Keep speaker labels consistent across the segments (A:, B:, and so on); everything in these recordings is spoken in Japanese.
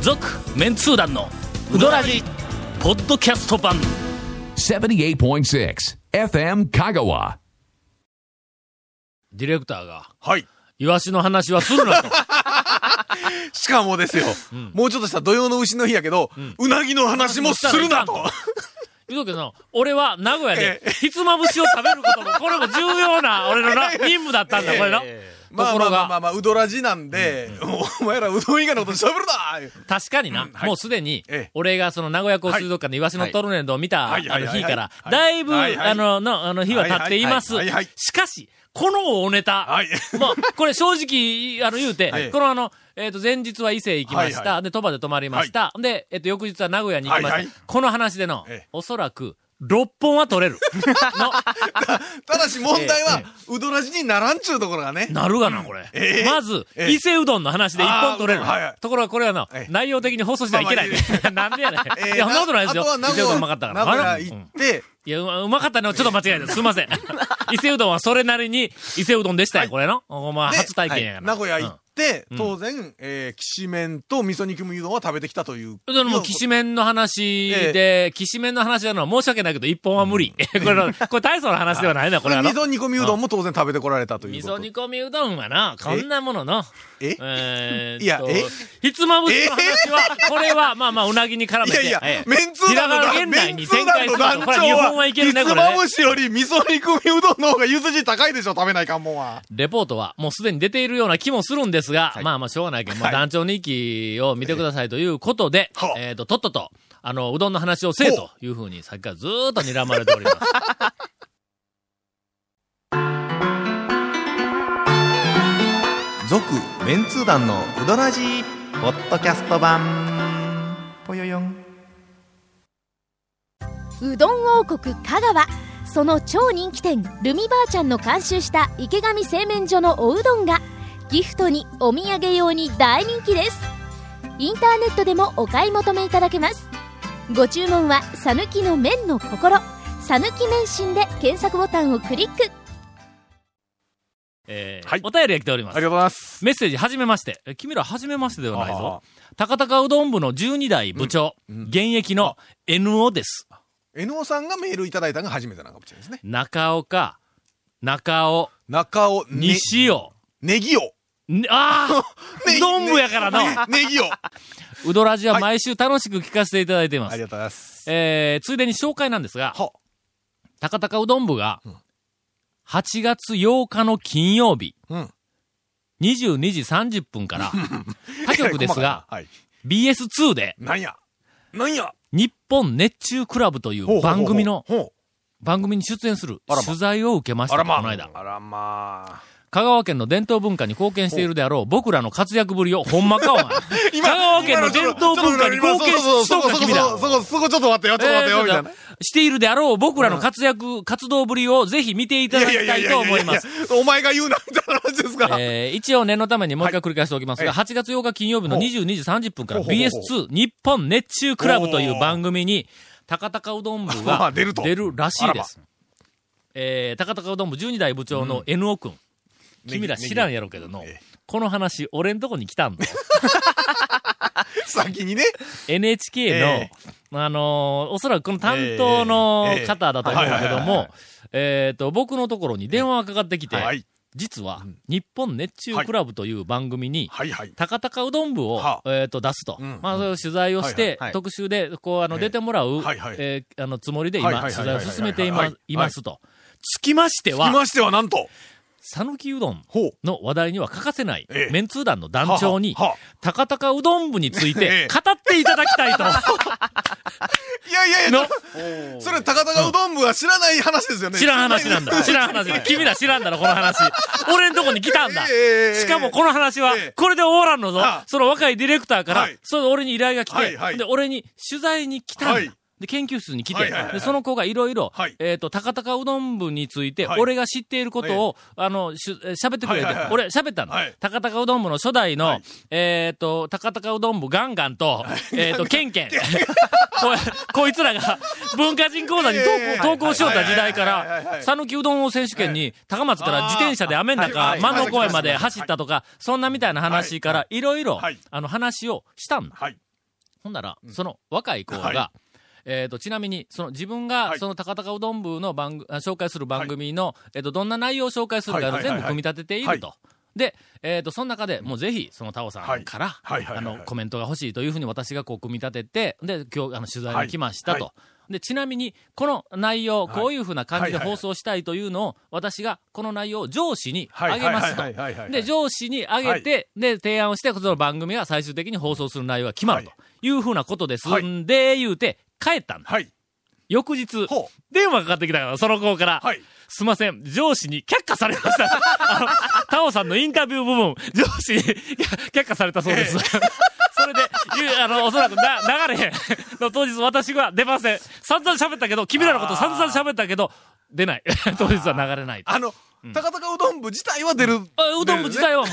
A: 続メンツー団のウドラジポッドキャスト版
B: 78.6 FM Kagawa.
A: ディレクターが
C: はい。
A: イワシの話はする なと
C: しかもですよ、もうちょっとした土曜の牛の日やけど、うなぎの話もするなと。
A: 言うとくけどな俺は名古屋で
C: ええ
A: ひつまぶしを食べることもこれも重要な俺のな任務だったんだこれな と
C: まあ
A: こ
C: ま
A: ろ
C: あまあま
A: が
C: あまあ、うどらじなんで、お前らうどん以外のことしゃべるないう
A: 確かにな
C: はい
A: もうすでに
C: ええ
A: 俺がその名古屋港水族館でイワシのトルネードを見たあ
C: はいはい
A: の
C: はい
A: 日から
C: はい
A: だいぶ
C: はいはい
A: あののあの日は経っています
C: はいはいはいはい
A: しかしこのおネタ
C: はい
A: まあ、これ正直、あの、言うて、
C: はい
A: このあの、えっ、と、前日は伊勢行きました。
C: はいは
A: で、鳥羽で泊まりました。で、えっ、と、翌日は名古屋に行きました。
C: はいはい
A: この話での、
C: ええ
A: おそらく、6本は取 れる。
C: ただし問題は、うどらじにならんちゅうところがね。
A: の、なるがな、これ。
C: ええ
A: まず、
C: ええ
A: 伊勢うどんの話で1本取れる。
C: あーはいはい
A: ところが、これはな、
C: ええ
A: 内容的に放送してはいけないね。 なんでやねん。
C: えー
A: いや、そんなことないですよ
C: あとは。名
A: 伊勢うどん
C: 古屋
A: うまかったから。
C: 名古
A: あ
C: 屋
A: の
C: 行
A: うん
C: って、
A: いや、うまうまかったのはちょっと間違いです。すい ません。伊勢うどんはそれなりに、伊勢うどんでしたよ、これの。お前、
C: で
A: 初体験やから。
C: 名古屋行
A: うん
C: って
A: うん、
C: 当然、えー、きしめんと味噌肉むうどんは食べてきたという。
A: でも、きしめんの話で、きしめんの話なのは申し訳ないけど、一本は無理。 これの、これ大層の話ではないな、これは
C: 味
A: な。
C: 噌煮込みうどんも当然食べてこられたとい
A: 味
C: うこと。
A: 噌煮込みうどんはな、こんなものの、
C: え
A: えーっと
C: いやえ
A: ひつまぶしの話は、これは、まあまあ、うなぎに絡め
C: い
A: て、
C: やいや
A: ええ、
C: メンツー団の
A: ひらがな
C: 団
A: 現代
C: メ
A: に
C: ンツー
A: 展開
C: 団
A: すると
C: の団
A: これは日
C: 長
A: 本は
C: は、
A: い
C: ひ
A: けるねこ
C: つ
A: れね
C: まぶしより味噌肉みうどんの方がゆずじ高いでしょ、食べないかんもんは。
A: レポートはもうすでに出ているような気もするんですが、まあまあしょうがないけど、まあ
C: はい
A: 団長日記を見てくださいということで、
C: はあ
A: えっ、と、とっとと、あの、うどんの話をせえ
C: ほ
A: というふうに、さっきからずーっと睨まれており ます。
D: 続メンツー団のうどらじポッドキャスト版ぽよよん
E: うどん王国香川その超人気店ルミばあちゃんの監修した池上製麺所のおうどんがギフトにお土産用に大人気ですインターネットでもお買い求めいただけますご注文は「さぬきの麺の心」「さぬき麺心」で検索ボタンをクリック
A: えー
C: はい
A: お便りが来ておりま
C: あ
A: す
C: りが。とうございます。
A: メッセージ、はじめまして。え君ら、はじめましてではないぞ
C: あ。
A: 高高うどん部の12代部長、現役の NO です。
C: NO さんがメールいただいたのが初めてなのかもしれないですね。
A: 中岡、中尾、
C: 中尾、ね、
A: 西尾、
C: ネギを。
A: ねああ、
C: ね
A: うどん部やからの、
C: ねネギを。
A: うどラジは毎週楽しく聞かせていただいていま
C: あ
A: す
C: り。がとうございます。
A: えー、ついでに紹介なんですが、
C: は
A: 高高うどん部が、8月8日の金曜日、
C: うん、
A: 22時30分から、他局ですが
C: はい。
A: BS2 で、
C: なんやなんや
A: 日本熱中クラブという番組の、
C: ほうほうほうほ
A: 番組に出演する
C: あらま
A: 取材を受けまし
C: うあ
A: た、
C: らま
A: この間。
C: あ。あらまあ。
A: 香川県の伝統文化に貢献しているであろう僕らの活躍ぶりを、ほんまかお前。香 川県の伝統文化に貢献しそうか君ら。
C: そこ、そこ、そこ、ちょっと待ってよ、ちょっと待ってよ、みたいな。
A: しているであろう僕らの活躍、活動ぶりをぜひ見ていただきたいと思います。
C: お前が言うな、みたいな話ですか。
A: えー一応念のためにもう一回繰り返しておきますが、
C: は
A: 8月8日金曜日の
C: ほう
A: 22時30分から
C: ほうほうほ
A: BS2
C: う
A: 日本熱中クラブという番組に、高々うどん部
C: ま
A: が
C: あ出ると
A: 出るらしいです。えー、高々うどん部12代部長の NO 君、君ら知らんやろけどの、
C: ええ
A: この話俺んとこに来たんだ。
C: 先にね。
A: NHK の、
C: え
A: あのーおそらくこの担当の
C: ええええ
A: 方だと思うけど
C: はいはいはいは
A: も、えっと、僕のところに電話がかかってきて、
C: はい。
A: 実は、日本熱中クラブという番組に、
C: はいはい。
A: 高々うどん部を、
C: は
A: えっ、と、出すと。
C: うん
A: まあ、そういう取材をして、
C: はい
D: はい
A: 特集で、こう、あの、
C: ええ
A: 出てもらう、
C: はいはい
A: えーあの、つもりで今、
C: はいはいはい
A: 取材を進めてい
C: はい
A: ま
C: はいはい
A: いますと。つきまして
C: つき
A: は、
C: ましては、なんと。
A: 讃岐うどん
C: ほう。
A: の話題には欠かせない、
C: ええ
A: メンツー団の団長に、
C: はあは
A: 高々うどん部について
C: ええ
A: 語っていただきたい と。
C: いやいやい
A: の
C: や、それ、高田がうどん部は知らない話ですよね。
A: 知らん話なんだ。知らん話だ。君ら知らんだろ、この話。俺んとこに来たんだ。
C: ええ
A: しかもこの話は
C: ええ、
A: これで終わらんのぞ
C: はあ。
A: その若いディレクターから
C: はい、
A: その俺に依頼が来
C: はいは
A: て、
C: い
A: で、俺に取材に来た
C: は
A: ん
C: い
A: だ。で、研究室に来
C: は
A: て
C: いはいは、い
A: でその子がいろいろ
C: はい、
A: えっと、高々うどん部について、
C: はい
A: 俺が知っていることを、あの、しゅえー喋ってくれて
C: はいはいは、い
A: 俺喋ったんだ
C: はい。
A: 高々うどん部の初代
C: は
A: の
C: い、
A: えっと、高々うどん部ガンガンと、え っと、ケンケン。 ここいつらが文化人講座に投
C: ええ
A: 稿投稿しよった時代か
C: はいはいはいは
A: ら、
C: い
A: 讃岐うどんを選手権に高松から自転車で雨の
C: あー
A: 中、
C: はい
A: 万能公園まで走ったとか、そんなみたいな話から、いろいろ
C: はい、
A: あの、話をしたんだ。
C: はい。
A: ほんなら、その若い子が、
C: は
A: えっ、と、ちなみに、その自分が
C: は、い
A: その高々うどん部の番組、あ紹介する番組の、えっ、と、どんな内容を紹介するかを
C: はいはいはい
A: 全
C: はい
A: 部組み立てていると。で、えっ、と、その中で、もうぜひ、そのタオさんから、
C: はいはいは
A: あ
C: いはいはい
A: の、コメントが欲しいというふうに私がこう組み立てて、で、今日、あの、取材に来ましたと。
C: は
A: で、ちなみに、この内容、こういうふうな感じで
C: はいはいはい
A: 放送したいというのを、私が、この内容を上司に
C: はい
A: あげますと
C: はいはいはいはいは。い
A: で、上司にあげて、で、提案をして、その番組が最終的に放送する内容が決まると
C: は
A: いうふうなことですんで、言うて、帰ったんだ。
C: はい。
A: 翌日
C: ほ、
A: 電話かかってきたから、その子から。
C: はい
A: すいません、上司に却下されま した。あの、タオさんのインタビュー部分、上司に 却下されたそうです。 それで、ゆあの、おそらくな、流れへんの当日私は出ません。散々喋ったけど、君らのこと散々喋ったけど、出ない。 当日は流れないと。
C: あの、高々うどん部自体は出る。
A: あうどん部自体はもう、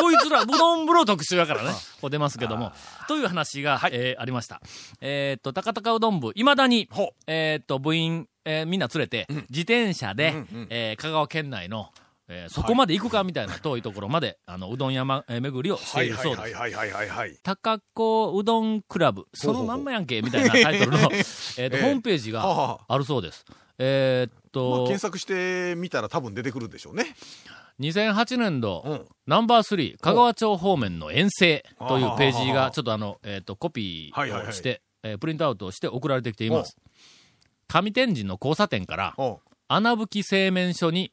A: こいつら、うどん部の特集だからね、こう出ますけども。という話が、えーありました。えーっと、高高うどん部、いまだに
C: ほう、
A: えーっと、部員、えーみんな連れて、自転車で、えー香川県内の、えーそこまで行くかみたいな遠いところま で、あの、うどん山、えー巡りをしているそうです。
C: はいはいはいはい。
A: 高子うどんクラブ、そのまんまやんけ、みたいなタイトルの、えーっと、
C: ええ
A: ホームページ
C: はあ
A: が
C: は
A: あるそうです。えーっ
C: まあ
A: と、
C: 検索してみたら多分出てくるでしょうね。
A: 2008年度、
C: うん
A: ナンバー3、香川町方面の遠征というページ
C: あ
A: が、
C: あ
A: ちょっとあの、えっ、と、コピ
C: はいはい
A: ー
C: は
A: を
C: い
A: して、えープリントアウトをして送られてきています。上天神の交差点から、
C: お
A: 穴吹製麺所に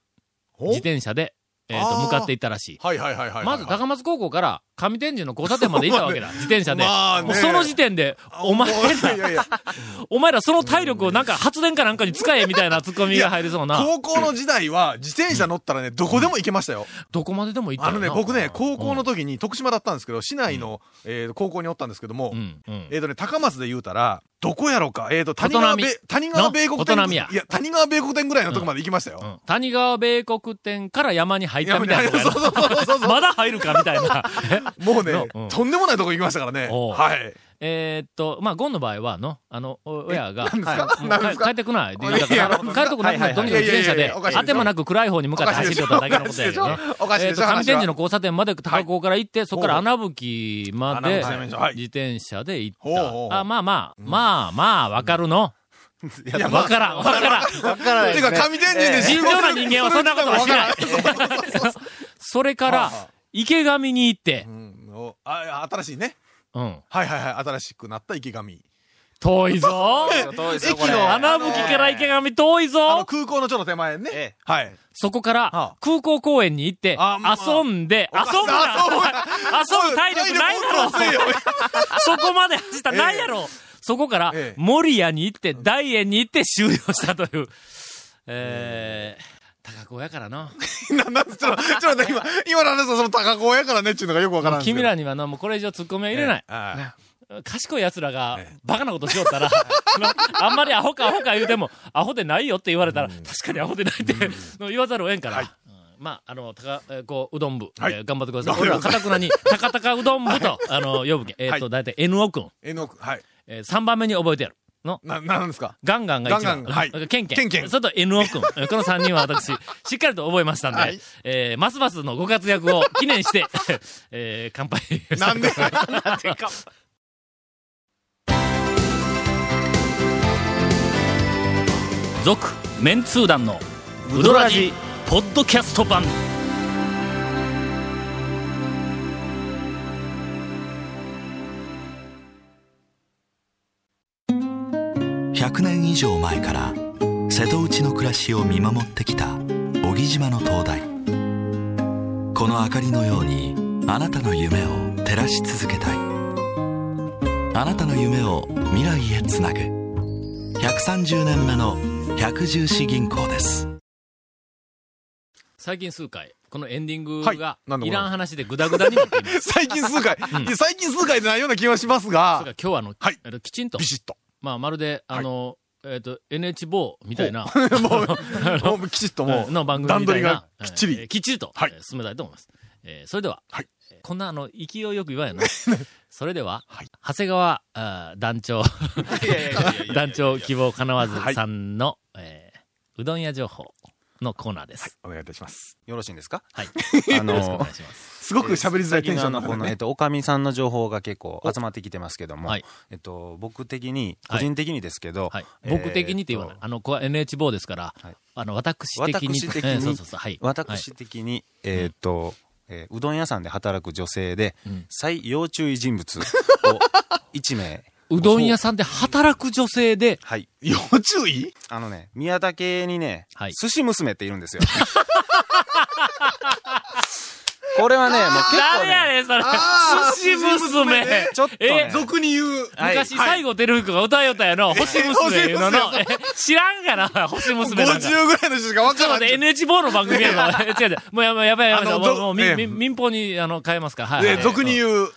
C: ほう
A: 自転車で、えーと、
C: ああ
A: 向かっていったらしい。
C: はいはいはいはいはい。
A: まず高松高校から上天神の交差点まで行ったわけだ、 自転車で。
C: まあね
A: もうその時点で、お前
C: もう い
A: ら、
C: やいや
A: お前らその体力をなんか発電かなんかに使えみたいなツッコミが入りそうな。
C: 高校の時代は自転車乗ったらね、どこでも行けましたよ。
A: どこまででも行った
C: あ
A: よ
C: の
A: な
C: ね、僕ね、高校の時に徳島だったんですけど、市内の、えー高校におったんですけども、
A: うん、うん。
C: えっ、とね、高松で言うたら、どこやろうか、えっ、と、谷川米
A: 音波、
C: 谷川米国店
A: の音
C: ぐ
A: 波
C: ら
A: や
C: い、いや、谷川米国店ぐらいのとこまで行きましたよ。
A: うん谷川米国店から山に入っ
C: い
A: た
C: や
A: みたいなとこやな
C: そうそうそうそうそう
A: まだ入るかみたいな。
C: もうね、
A: うん
C: とんでもないとこ行きましたからね。
A: おう
C: はい。
A: えーっと、まあ、ゴンの場合は、の、あの、お親が、
C: 何ですか
A: もう
C: 何です
A: 帰
C: か
A: 帰ってこないって言うたから、
C: いや
A: 帰ってこなくなって、とにかく自転車
C: いやいやい
A: で
C: やおかしいで、しょ
A: あてもなく暗い方に向かって走ってただけのことやけどね。
C: お
A: え
C: かしい
A: ーっ
C: でし
A: と、
C: ょお
A: 上
C: かしいでしょ話は
A: 天神の交差点まで高校から行って、そこから穴吹きまで
C: 穴吹きはい
A: 自転車で行
C: ほうほ
A: っ
C: う
A: た。あ、まあまあ、まあまあ、わかるの。
C: いや
A: わからん、わからん。
D: わからない
C: て
D: で
C: いうか、
D: すね。
C: 上天神で
A: 尋常な人間はそんなことはしない
C: それはわからん。そうそうそ う
A: それから、池上に行って
C: う、んおあ新しいね。
A: うん。
C: はいはいはい。新しくなった池上。
A: 遠い ぞ。
D: 遠いですよ
C: 駅の
D: これ
A: 穴吹きから池上遠い
C: あの
A: ぞ
C: 空港のちょっと手前ね。
D: ええ
C: はい。
A: そこか
C: あ
A: ら空港公園に行って
C: あまあ
A: 遊んで、遊ぶな 遊ぶ体力ないだろ
C: 体力旺盛よ
A: そこまで走った
C: ええ
A: ないやろそこから
C: ええ
A: 守谷に行って、大園に行って終了したという。えー、高校やからな。
C: ななんでちょっと、ちょっと待って、今、今の話はその高校やからねっていうのがよくわからんですけど。
A: 君らにはな、もうこれ以上突っ込みは入れない。
C: あ
A: 賢い奴らが、バカなことしよ ったら、なあんまりアホかアホか言うても、アホでないよって言われたら、確かにアホでないっての言わざるをえんから。うんまあ、あの、たか、えーこう、うどん部、
C: はい
A: えー頑張ってください。
C: 頑張
A: 俺
C: り
A: は
C: ま
A: かたくなに、たかたかうどん 部と、あの、呼ぶけん。えっ、
C: は
A: と、
C: い
A: だいたい NO 君、
C: えのく、はい。
A: え3番目に覚えてやる。の、
C: な、なんですか
A: ガンガンが一
C: ガ
A: 番。
C: ンガンはい
A: うんケンケン。
C: ケンケン
A: それと NO 君。えーこの3人は 私、しっかりと覚えましたんで、
C: はい
A: えーますますのご活躍を記念して、 えー乾杯したいと思います
C: なんで
A: 続メンツー団のウドラジポッドキャスト版
F: 100年以上前から瀬戸内の暮らしを見守ってきた小木島の灯台この明かりのようにあなたの夢を照らし続けたいあなたの夢を未来へつなぐ130年目の百十四銀行です
A: 最近数回このエンディング
C: はい
A: が
C: なんでもない
A: いらん話でグダグダになっています
C: 最近数回、
A: ん
C: いや最近数回でないような気はします
A: それ
C: が
A: か、ら今日はあの、
C: はい
A: あのきちんと
C: ビ、シッと。
A: まあ、まるであの、えっ、と NH 某みたいな
C: も う、もうきちっともう、
A: の番組みたいな
C: 段取りがきっち
A: えー
C: り。
A: きっちりと、
C: はい
A: えー進めたいと思います、えーそれでは、
C: はい
A: えーこんなあの勢いよく言わ んやなそれでは、
C: はい
A: 長谷川あー団長 団長希望かなわずさんの、えーうどん屋情報のコーナーです。
C: お願いいたします。
D: よろしいんですか
A: はい。
D: あ
A: よろしくお
D: の
A: 願い、します。
C: すごく喋りづらいテンション
D: の
C: の
D: こ
C: こ
D: の、えっ
C: ね。
D: と、おかみさんの情報が結構集まってきてますけども、
A: はい
D: えっと、僕的に、
A: は
D: 個
A: い
D: 人的にですけど、
A: はい。
D: えーっと
A: 僕的にって言わない。あの、こは NHB ですから、
D: はい
A: あの、私的に。
D: 私的
A: えー
D: に、
A: そうそうそう。はい。
D: 私的に、えーっと、えーうどん屋さんで働く女性で、
A: うん
D: 最要注意 人物を1名。
A: うどん屋さんで働く女性で、
D: はい。
C: 要注意
D: あのね、宮武にね、
A: はい
D: 寿司娘っているんですよ。 これはね、もう結構
A: 誰や
D: ね、
A: ねん、それ。
C: あー
A: 寿司
C: 寿司娘
A: 娘
C: ね。
D: ちょっとね
A: え、
C: 俗に言う。
D: はい
A: 昔、西郷輝彦が歌いよったやの、星娘いうのの、え知らんがな、星娘なんか。
C: 50ぐらいの人しか分
A: ちょ
C: か
A: っと
C: らん。
A: 待って、NHB の番組やから。違う違う。もうやばいやばいやばい。
C: あの
A: もう
C: ど
A: もうみ
C: ええ
A: み民放にあの変えますから。はいはい
C: で、俗に言う、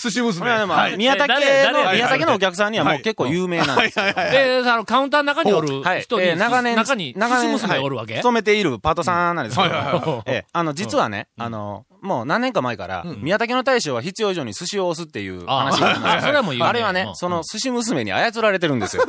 C: 寿司
D: こ
C: 娘。
D: れはね、ま
C: は
D: あ、
C: い
D: 宮武
A: え誰誰
D: の、宮武のお客さんにはも
C: は
D: う
C: い
D: 結構有名なんですよ。
A: えー、あの、カウンターの中におる
D: はい。
A: 人に、
D: えー長年、
A: 中に、寿司娘がおるわ
D: はい
A: け
D: 勤めているパートさんなんですけど
C: うんはいはい
A: はい
D: ええあの、実はね、あの、もう何年か前から、宮武の大将は必要以上に寿司を押すっていう
A: あ
D: 話があり ま
A: あそれはもう有
D: す
A: 名
D: あれは
A: う
D: ね
A: ん、
D: その寿司娘に操られてる んですよ。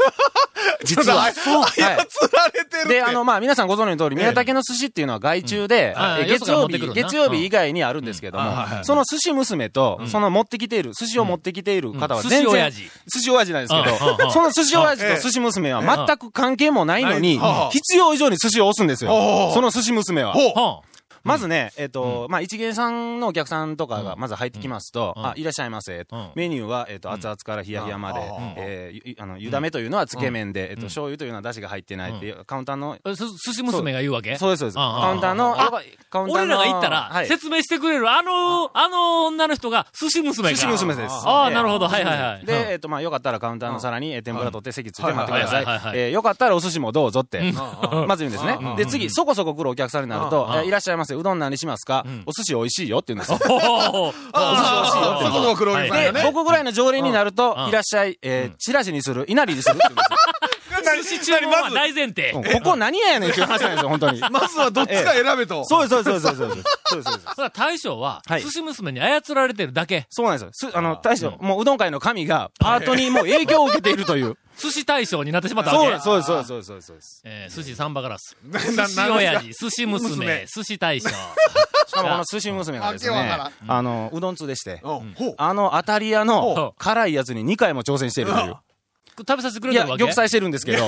D: 実は。
C: そう。
D: はい
C: 操られてるって。
D: で、あの、まあ、皆さんご存知の通り、宮武の寿司っていうのは外注で、
A: うんあ
D: え
A: あよそ
D: 月
A: から持っ
D: 曜
A: てくる
D: 日、
A: な
D: 月曜日以外にあるんですけども
C: うんあはいは、い
D: その寿司娘と、その持ってきている、寿司を持ってきている方は
A: うん
D: 全
A: 寿司親
D: 然、
A: 父
D: 寿司親父なんです
A: うん
D: け
A: うん
D: ど、その寿司親父と寿司娘は全く関係もないのに
C: うんうん、
D: 必要以上に寿司を押すんですよ
C: お。う
D: その寿司娘は。
C: ほう。
A: ほう
D: まずね、えっと、まあ、一元さんのお客さんとかがまず入ってきますと、
A: うんうん
D: あ、いらっしゃいませ
A: う。ん
D: メニューは、えっと、熱々から冷や冷やまで
C: うんあー、
D: えーゆあの、ゆだめというのはつけ麺で、えっと、醤油というのは出汁が入ってないっていう、カウンターの
A: えす寿司娘が言うわけ
D: そうです、そうです。
A: ああ
D: カウンターの、
A: あ
D: やばいカウンターの。
A: 俺らが行った
D: は
A: ら、
D: い。寿
A: 説明してくれる、あの、あの女の人が寿司娘か。
D: 司娘です。
A: ああ、
D: ええ
A: なるほど。はいはいはい。
D: で、えっと、まあ、よかったらカウンターの皿に、えー天ぷら取って席ついて待ってくだ
A: はいはいはい
D: さ
A: はい
D: い。えーよかったらお寿司もどうぞって、
C: ん
D: まず言うんですね。で、次、そこそこ来るお客さんになると、えーいらっしゃいませ、うどん何しますかお寿司美味しいよって言うんです よ。
A: おお
C: ああ、そこそこ黒木さん
A: はい
C: が
D: で
C: ね、。
D: 僕ぐらいの常連になると
A: うんうん、
D: いらっしゃい、えーチラシにする、いなりにするって言うんですよ
A: 寿司注文は大前提。
D: うんここ何ややねんっていう話なんですよ、本当に。
C: まずはどっちか選べと。
D: そうです、そうです、そうです、そうです。そうですそうです
A: それは大将は、
D: はい
A: 寿司娘に操られてるだけ。
D: そうなんですよ。すあの、大将、もううどん界の神が、パートにもう影響を受けているという。
A: 寿司大将になってしまったわけ。
D: そうです、そうです、そうです、そうですそうですそうです。
A: えー寿司サンバガ ラス。
C: な
A: 寿
C: な
A: 司親父、
C: な
A: 寿司娘、
C: 娘
A: 寿司大将。
D: しかもこの寿司娘がです
C: あ今日
D: ね
C: は、
D: あの、うどん通でして、
C: うんほう。
D: あの、当たり屋
A: ほう
D: の辛いやつに2回も挑戦しているという。
A: 食べさせてくれ
D: い
A: て
D: や、
A: るわけ
D: 玉砕してるんです けど、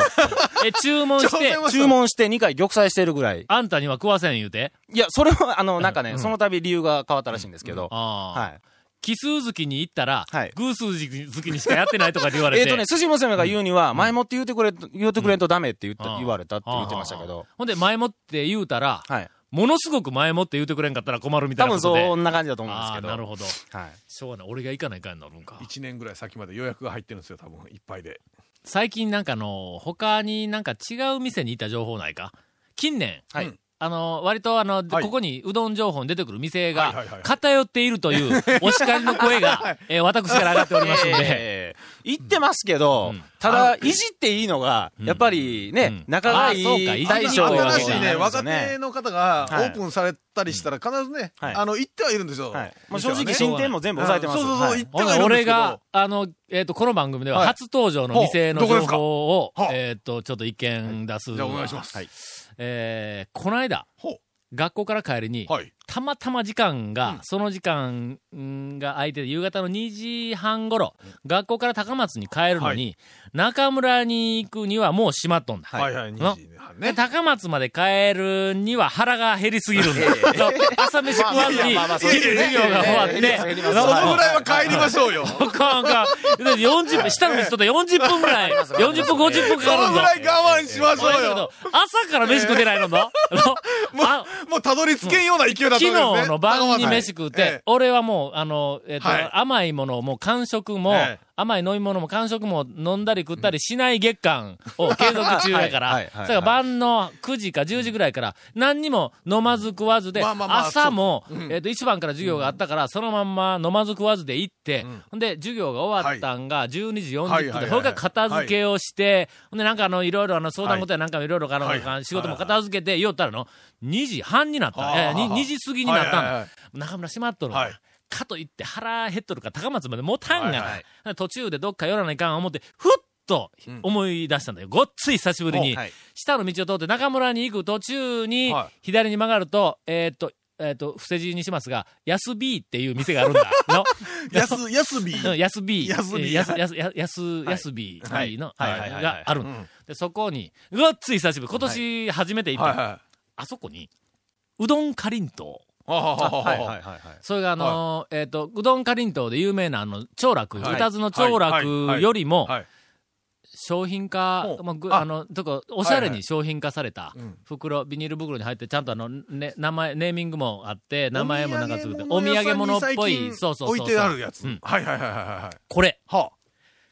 A: え、注文 し
C: 挑
A: て
C: 戦、は
D: 注文して2回玉砕してるぐらい。
A: あんたには食わせん言うて。
D: いや、それは、あの、なんかね、その度理由が変わったらしいんですけど、
A: ああ。
D: はい。
A: 奇数月に行ったら、
D: はい
A: 偶数月にしかやってないとかって言われ
D: え
A: て。
D: っとね、寿司娘が言うには、前もって言うてくれ、言うてくれんとダメって言っ
A: あ
D: た
A: あ
D: 言われたって言ってましたけど、。
A: ほんで、前もって言うたら、
D: はい。
A: ものすごく前もって言うてくれんかったら困るみた
D: 多
A: いなこ
D: 分
A: とで。
D: そんな感じだと思うんです
A: あ
D: け
A: あ、
D: ど。
A: なるほど。
D: はい。
A: しょうがない。俺が行かないかんなるんか。
C: 1年ぐらい先まで予約が入ってるんですよ、多分。いっぱいで。
A: 最近なんかあの、他になんか違う店にいた情報ないか近年、
D: はい
C: うん
A: あの、割とあの、
C: はい
A: ここにうどん情報に出てくる店
C: はいは
A: が
C: いはい、
A: 偏っているという、お叱りの声が、えー私から上がっておりますんで。
D: えー言ってますけど、
A: うん
D: ただ、いじっていいのが、やっぱりね、
A: うん
D: 仲が
A: あそうか
D: い
A: い
D: い
A: じり
D: 大
A: に
D: 将
A: くいわ
C: 新
A: け
C: し
A: な
C: いね、
A: る
C: 若手の方がオ
D: はい
C: ープンされたりしたら必ずね、
D: はい
C: あの、行ってはいるんですよ。
D: はい。まあ、
C: 店
D: 正
C: はね
D: 直、進展 も全部抑えてます。
C: そうそうそう、
D: はい
C: 行って
A: ほ
C: は
A: ない
C: るんです
A: 俺
C: けど。
A: が、あの、えっ、と、この番組では
C: はい
A: 初登場の店の
C: ほうどこ
A: 情
C: ですか
A: 報を、
C: はあ
A: えっ、と、ちょっと意見出す。
C: じゃあお願いします。
A: えーこの間、
C: ほう
A: 学校から帰りに、
C: はい。
A: たまたま時間が、その時間んが空いてて、夕方の2時半頃、学校から高松に帰るのに、中村に行くにはもう閉まっとんだ。
C: はいはい、
A: な
C: 2時半
A: で
C: ね。
A: 高松まで帰るには腹が減りすぎるんだ。そう朝飯食わずに、
D: まあまあまあそう
A: 授
D: ですね
A: 業が終わって、
D: いいですねいいです
C: そ
D: ね
C: のぐらいは帰りましょう よ。
A: こかんかん。だって40分、下の人と40分ぐらい、40分、50分か
C: そ
A: かる
C: の
A: ん
C: ぐ
A: ぞ。
C: らい我慢しましょ
A: そう
C: う
A: やけ
C: よ
A: ど。朝から飯食ってないのの
C: も
A: あ
C: う、もうたどり着けんような勢いだった
A: 昨日
C: んですね。
A: の晩に飯食っ
C: え
A: て
C: え、
A: 俺はもう、あの、えっと
C: はい、
A: 甘いものをもう完食も
C: ええ、
A: 甘い飲み物も完食も飲んだり食ったりしない月間を継続中やか
D: は
A: ら
D: いはいはい、
A: それから晩の9時か10時ぐらいから、何にも飲まず食わずで、
C: まあまあまあ
A: 朝も
C: そうう、ん
A: えっと、一番から授業があったから、そのまんま飲まず食わずで行って、ほんで、授業が終わったんが12時
C: はい
A: 40分
C: はいはいは
A: で、
C: い
A: それから片付けをして、ほんで、なんかあの、いろいろあの、相談事やなんかいろいろあの
C: はいはい
A: 仕事も片付けて、言おったらの、2時半になった。えーに2時過ぎになったんだ。
C: はいはいはい
A: 中村閉まっとるわ
C: はい
A: かといって腹減っとるから高松まで持たんがな、
C: はい
A: 途中でどっか寄らないかん思って、ふっと思い出したんだよ。ごっつい久しぶりに、
C: はい
A: 下の道を通って中村に行く途中に
C: は、
A: 左に曲がると、えーっと、えーっと、伏せ字にしますが、安 B っていう店があるん だ。の
C: やす、やす び。
A: うん安 B。
C: 安 B
A: 安、安、安、安、安 B
C: はい
A: の、
C: はい
A: はい
C: はいはい
A: がある
C: うんん
A: で、そこに、ごっつい久しぶり、今年初めて行った、
C: は
A: あそこに、うどんかりんとう。
C: い。はいはい。
A: それがあのーえーっと、うどんかりんとうで有名なあの、長楽、
C: はい
A: 歌津の長楽よりも、
C: はい。
A: 商品化
C: ほ、う
A: まあ、ぐ
C: あ
A: あの、とか、おしゃれ
C: はいは
A: に
C: い
A: 商品化された
C: うん
A: 袋、ビニール袋に入って、ちゃんとあの、ね、名前、ネーミングもあって、名前もなんかつくって、お土産物っぽい、そうそうそうそう。
C: 置いてあるやつ。
A: う
C: は
A: ん
C: いはいはいは
A: これ、
C: い。は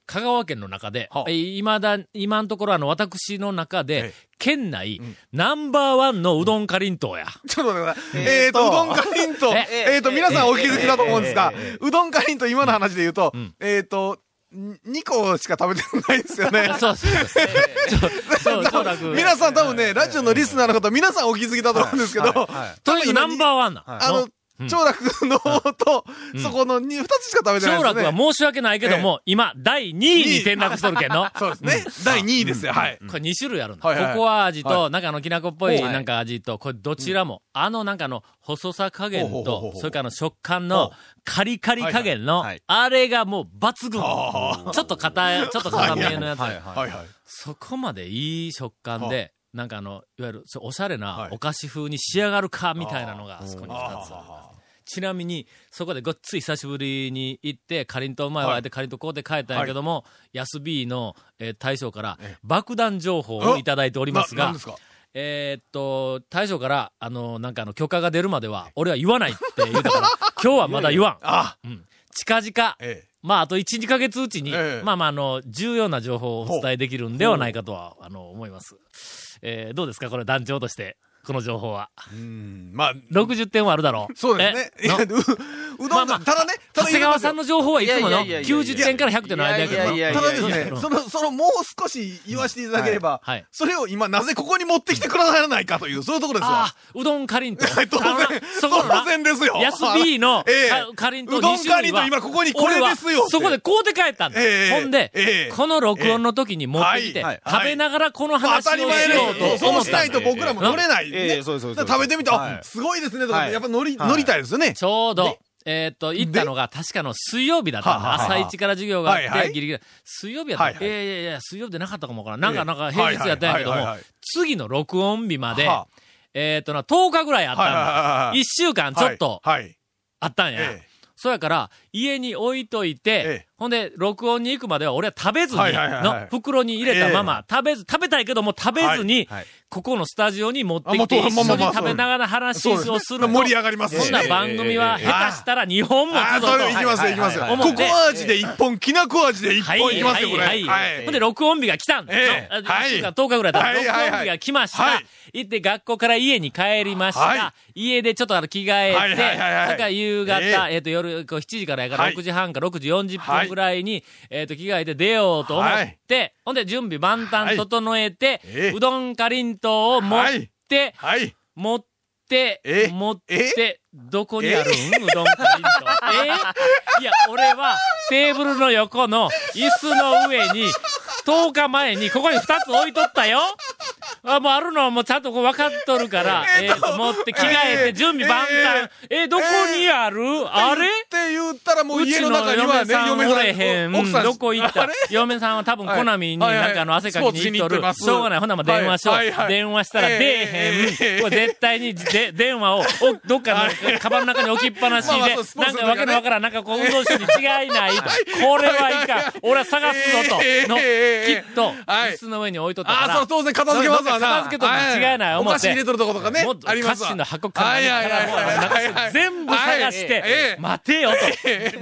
A: 香川県の中で
C: は、あ
A: えいまだ、今のところあの、私の中
C: え
A: で
C: え、
A: 県内、ナンバーワンのうどんかりんと うや。
C: ちょっと待ってください。えーと、うどんかりんと、
A: え
C: えーと、皆さんお気づきだと思うんですが、うどんかりんと今の話で言うと
A: うん、
C: えーと、2個しか食べてないですよね。
A: そうそうそう。ちょ、そう、長楽。
C: 皆さん多分ね、ラジオのリスナーの方、皆さんお気づきだと思うんですけど、
A: とにかくナンバーワンな。
C: あ
A: の
C: の、長楽の方と、そこの2つしか食べてない
A: 長
C: です
A: 楽
C: ね。
A: は申し訳ないけども、今、第2位に転落しとるけんの。
C: そうですね。第2位ですよ、はい。
A: これ2種類あるんだ。
C: はいはいはい
A: ココア味と、なんかあの、きな粉っぽい
C: ほう
A: なんか味と、これどちらも、あのなんかあの、細さ加減
C: ほうほうほう
A: と
C: ほ、う
A: それからあの食感の、カリカリ加減の
D: はいはい、
A: あれがもう抜群。
C: あ
A: ちょっと硬い、ちょっと硬めのやつ。
C: はいはい。
A: そこまでいい食感で、なんかあの、いわゆる、そうおしゃれな
C: はい
A: お菓子風に仕上がるか、みたいなのが、あそこに2つある。ちなみに、そこでごっつい久しぶりに行って、かりんとう前はあえてかりんとうこうで帰ったんやけども、安 B の、えー大将から爆弾情報をいただいております
C: なな
A: が
C: んで、すか
A: えーっと、大将から、あの、なんかあの、許可が出るまでは、俺は言わないって言うたから、 今日はまだ言わん。
C: あ、
A: 近々、
C: ええ。
A: まあ、あと1、2ヶ月うちに、
C: ええ
A: まあまあ、あの、重要な情報をお伝えできるんではないかとは、あの、思います。えーどうですかこれ団長として、この情報は。
C: うん、まあ、
A: 60点はあるだろう。
C: そうですね。
A: え
C: い
A: の
C: や、う、う
A: ま
C: ど
A: あ
C: ん
A: まあ
C: が、ただね、た
A: 長
C: だ
A: 谷川さん
C: の、
A: の情報はいつもの
D: いやいやいやいや
A: 90点から100点の間やけどな。
D: いやいやいや
C: ただですね
A: う、ん
C: その、その、もう少し言わせていただければ
A: はいはい、
C: それを今、なぜここに持ってきてくださらないかという、そういうところですよ。
A: ああ、うどんかりんとう。
C: はい当然
A: あのなそこのな
C: 当然ですよ
A: 安 B の
C: ええ
A: かかりんとう
C: うどん
A: 2種類は
C: かりんとう今ここにこれです
A: 俺
C: よ
A: はそこでこうて帰ったんだ。
C: ええ
A: ほんで、
C: ええ
A: この録音の時に持ってきて、
C: ええはいはい
A: 食べながらこの
C: まあ
A: 話
C: 当た
A: をし
C: り
A: よ
C: 前
A: うと思
C: で
A: っ
C: すよ。そうしたなんい
A: だ
C: と僕らも乗れない。
D: ええ
C: ね
D: そうですそうです
C: だから食べてみて、
D: は
C: あ
D: い
C: すごいですね、とか、
D: はい
C: やっぱ乗り、
D: はい
C: 乗りたいですよね。
A: ちょうど
C: で、
A: えーっと、行ったのが確かの水曜日だったんだ
C: はあはあはあ
A: 朝一から授業があって、
C: はいはい
A: ギリギリ。水曜日やった、
C: はいいはい
A: いやいやいや、水曜日でなかったかもわからん。
C: え
A: な
C: え
A: んか、なんか平日やったんやけど
C: は
A: も
C: いはいはいはい、
A: 次の録音日まで、
C: はあ
A: えーっとな、10日ぐらいあったんだ。
C: はいはいはいはい
A: 1週間ちょっと
C: はい。はい
A: あったんや。
C: ええ
A: そやから、家に置いといて、
C: ええ
A: ほんで、録音に行くまでは俺は食べずに、
C: はいはいはいはい
A: の袋に入れたまま、食べず、食べたいけども食べずに、
D: はいはい
A: ここのスタジオに持って
C: あも
A: き
C: う
A: て、
C: と
A: 一緒
C: まあ
A: に
C: まあまあ
A: 食べながら話
C: そうです
A: を
C: ね
A: すると、
C: 盛り上がりますね
A: そんな番組は
D: ええ
A: 下手したら日本もつ
C: あー、
A: ぞ
C: そ
A: と。
C: れいきますよ、いきますよ。
A: はい
C: コ
A: はいはい
C: コア味で一本、きなこ味で一
A: はい、
C: 本いきま
A: は
C: すよ、
A: い、
C: これ。
A: はい。ほんで、録音日が来たん。
C: ええ
A: の
C: はい
A: 一週間、10日ぐらい経っ
C: は
A: て、
C: いはいはい
A: 録音日が来ました。
C: はい
A: 行って、学校から家に帰りました。
C: は
A: 家でちょっとあの着替えて、
C: はいはいはいはい
A: それから夕方、
C: え
A: え
C: え
A: っ、と、夜こう7時からやから、
C: はい
A: 6時半か6時40分ぐらいに、えっ、と、着替えて出ようと思って、ほんで、準備万端整えて、
C: ええ
A: うどんかりんとうを持って、
C: はい。
A: 持って、
C: え
A: 持って、どこにあるんうどんかりんとう。えいや、俺は、テーブルの横の椅子の上に、10日前にここに2つ置いとったよ。あ、もうあるのはもうちゃんとこう分かっとるから、え
C: えー
A: ー
C: と
A: と、持って着替えて準備万端。えどこにあるあれ
C: って言ったらもう
A: う
C: 家
A: ち
C: の
A: の
C: 中に
A: 嫁
C: はね、
A: さん
C: 嫁
A: おれへ
C: さ
A: ん。
C: ん、奥さん、
A: どこ行っ
C: あ
A: た
C: れ
A: 嫁さんは多分
C: はい
A: コナミに
C: はいはい
A: なんかあの汗かきに行っと
C: スポーツしに行って
A: る。
C: ます
A: しょうがない。ほんならまあ電話しよ。
C: はいうはい
A: 電話したら
C: え
A: 出
C: え
A: えへん。
C: ええ
A: これ絶対にで 電話をおどっかのカバンの中に置きっぱなしで、
C: まあま
A: な
C: あそ
A: ん
C: うスポーツ
A: か
C: の
A: わ
C: 中
A: け
C: ね
A: のわからん、なんかこう運動手に違いない。これはい
C: はいはい
A: か
C: は
A: ん。俺は探すぞ
C: ええ
A: と。の、き
C: ええ
A: っと、
C: はい
A: 椅子の上に置いとったか
C: ああ、そう、
A: ら。
C: 当然片付けますわな。
A: 片付けとるに違いない
C: は
A: 思って
C: お菓子入れとるとことかね
A: もっ。と
C: あり
A: 歌
C: ますわ。
A: 詞の箱から何からもう
C: はいはいはいはい
A: 中身全部探し
C: はいえ
A: て
C: え、
A: 待てよと。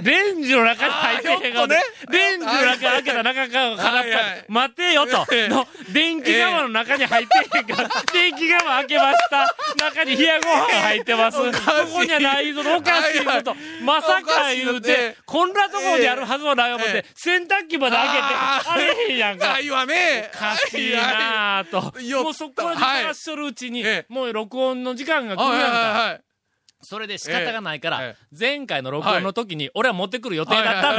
A: レンジの中に入ってへん
C: あーひょっ
A: が
C: とね
A: レンジの中開けた中から空っぽ
C: はいはい
A: 待てよと
C: え。え
A: の、電気釜の中に入ってへんから、電気釜開けました。中に冷やご飯入ってます。こ
C: おかしい
A: こにはないぞ、おかしいこと
C: は。
A: まさ
C: おか
A: か
C: しい
A: 言う
C: え
A: て
C: え、
A: こんなところでやるはずもない思っ
C: え
A: て
C: え、
A: 洗濯機まで開
C: あー
A: けて、あれへんやんか
C: な。いわね。
A: おかしいなぁと。
C: はいはい
A: もうそこで話しとるうちに
C: はいええ、
A: もう録音の時間が来る
C: はい
A: やん
C: はい
A: か。
C: はいはい。
A: それで仕方がないから、
C: ええ
A: 前回の録音の時に、俺は持ってくる予定だったん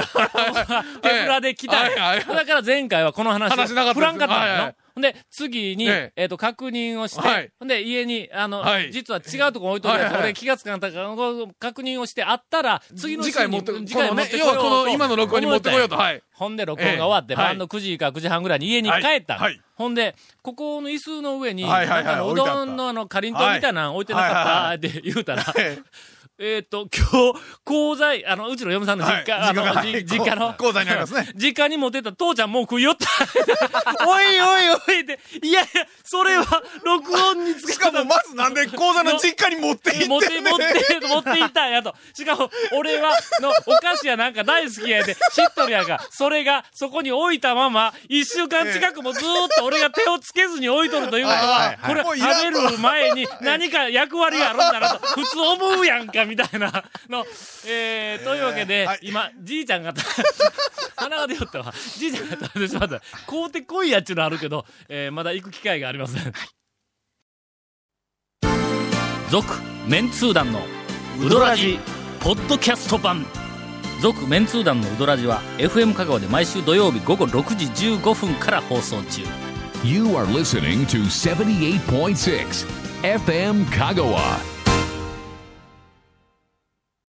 A: だ。 手ぶらで来たんや、
C: はいはいはい
A: だから前回はこの話、
C: 話しなかったです
A: 振らんかったんや
C: はい
A: の。
C: はい
A: ほんで、次に、え
C: え
A: っ、と、確認をして、
C: はい
A: ほんで、家に、あの、
C: はい
A: 実は違うとこ置いとるやつ、
C: はいはいはい
A: 俺気がつかなかったから、確認をしてあったら、次の週に
C: 次回持ってこ
A: 次回
C: の
A: 持
C: ね
A: ってこよ
C: 要
A: う
C: は
A: と
C: この今の録音に持ってこようとはい
A: ほんで、録音が終わって、
C: ええはい
A: 晩の9時か9時半ぐらいに家に帰ったの、
C: はいはい
A: ほんで、ここの椅子の上に、
C: はいはいはい
A: なんかのう
C: 置いてあっ
A: ど
C: た
A: んのあの、かりんとうみたいなの置いてなかった、
C: はい
A: って言うたら、
C: え
A: えっ、と、今日、講材、あの、うちの嫁さんの実家、
C: はい
A: あの、
C: 実家が
A: じ
C: はい
A: 実家の。
C: 講座にありますね
A: 実家に持ってった、父ちゃんもう食いよった。 おいおいおいって、いやいや、それは、録音に使
C: しかもまずなんで講座の実家に持って行って
A: 持
C: ん
A: っ
C: ね
A: て、
C: ん
A: 持って、持っていったんやと。しかも、俺は、の、お菓子やなんか大好きやで、知っとるやんか。それが、そこに置いたまま、一週間近くもずーっと俺が手をつけずに置いとるということ
C: はいは
A: は、
C: い
A: これ、
C: もうい
A: 食
C: ら
A: べ
C: んと
A: る前に何か役割があるんだなと、普通思うやんか、みたいな。の、えー、というわけで、
C: はい
A: 今、じいちゃんが、 鼻が出よったわ。じいちゃんが食べてしまった。買うてこいやっちゅうのはあるけど、えー、まだ行く機会がありません。続メンツー団のウドラジポッドキャスト版続メンツー団のウドラジは FM 香川で毎週土曜日午後6時15分から放送中
B: You are listening to 78.6 FM Kagawa.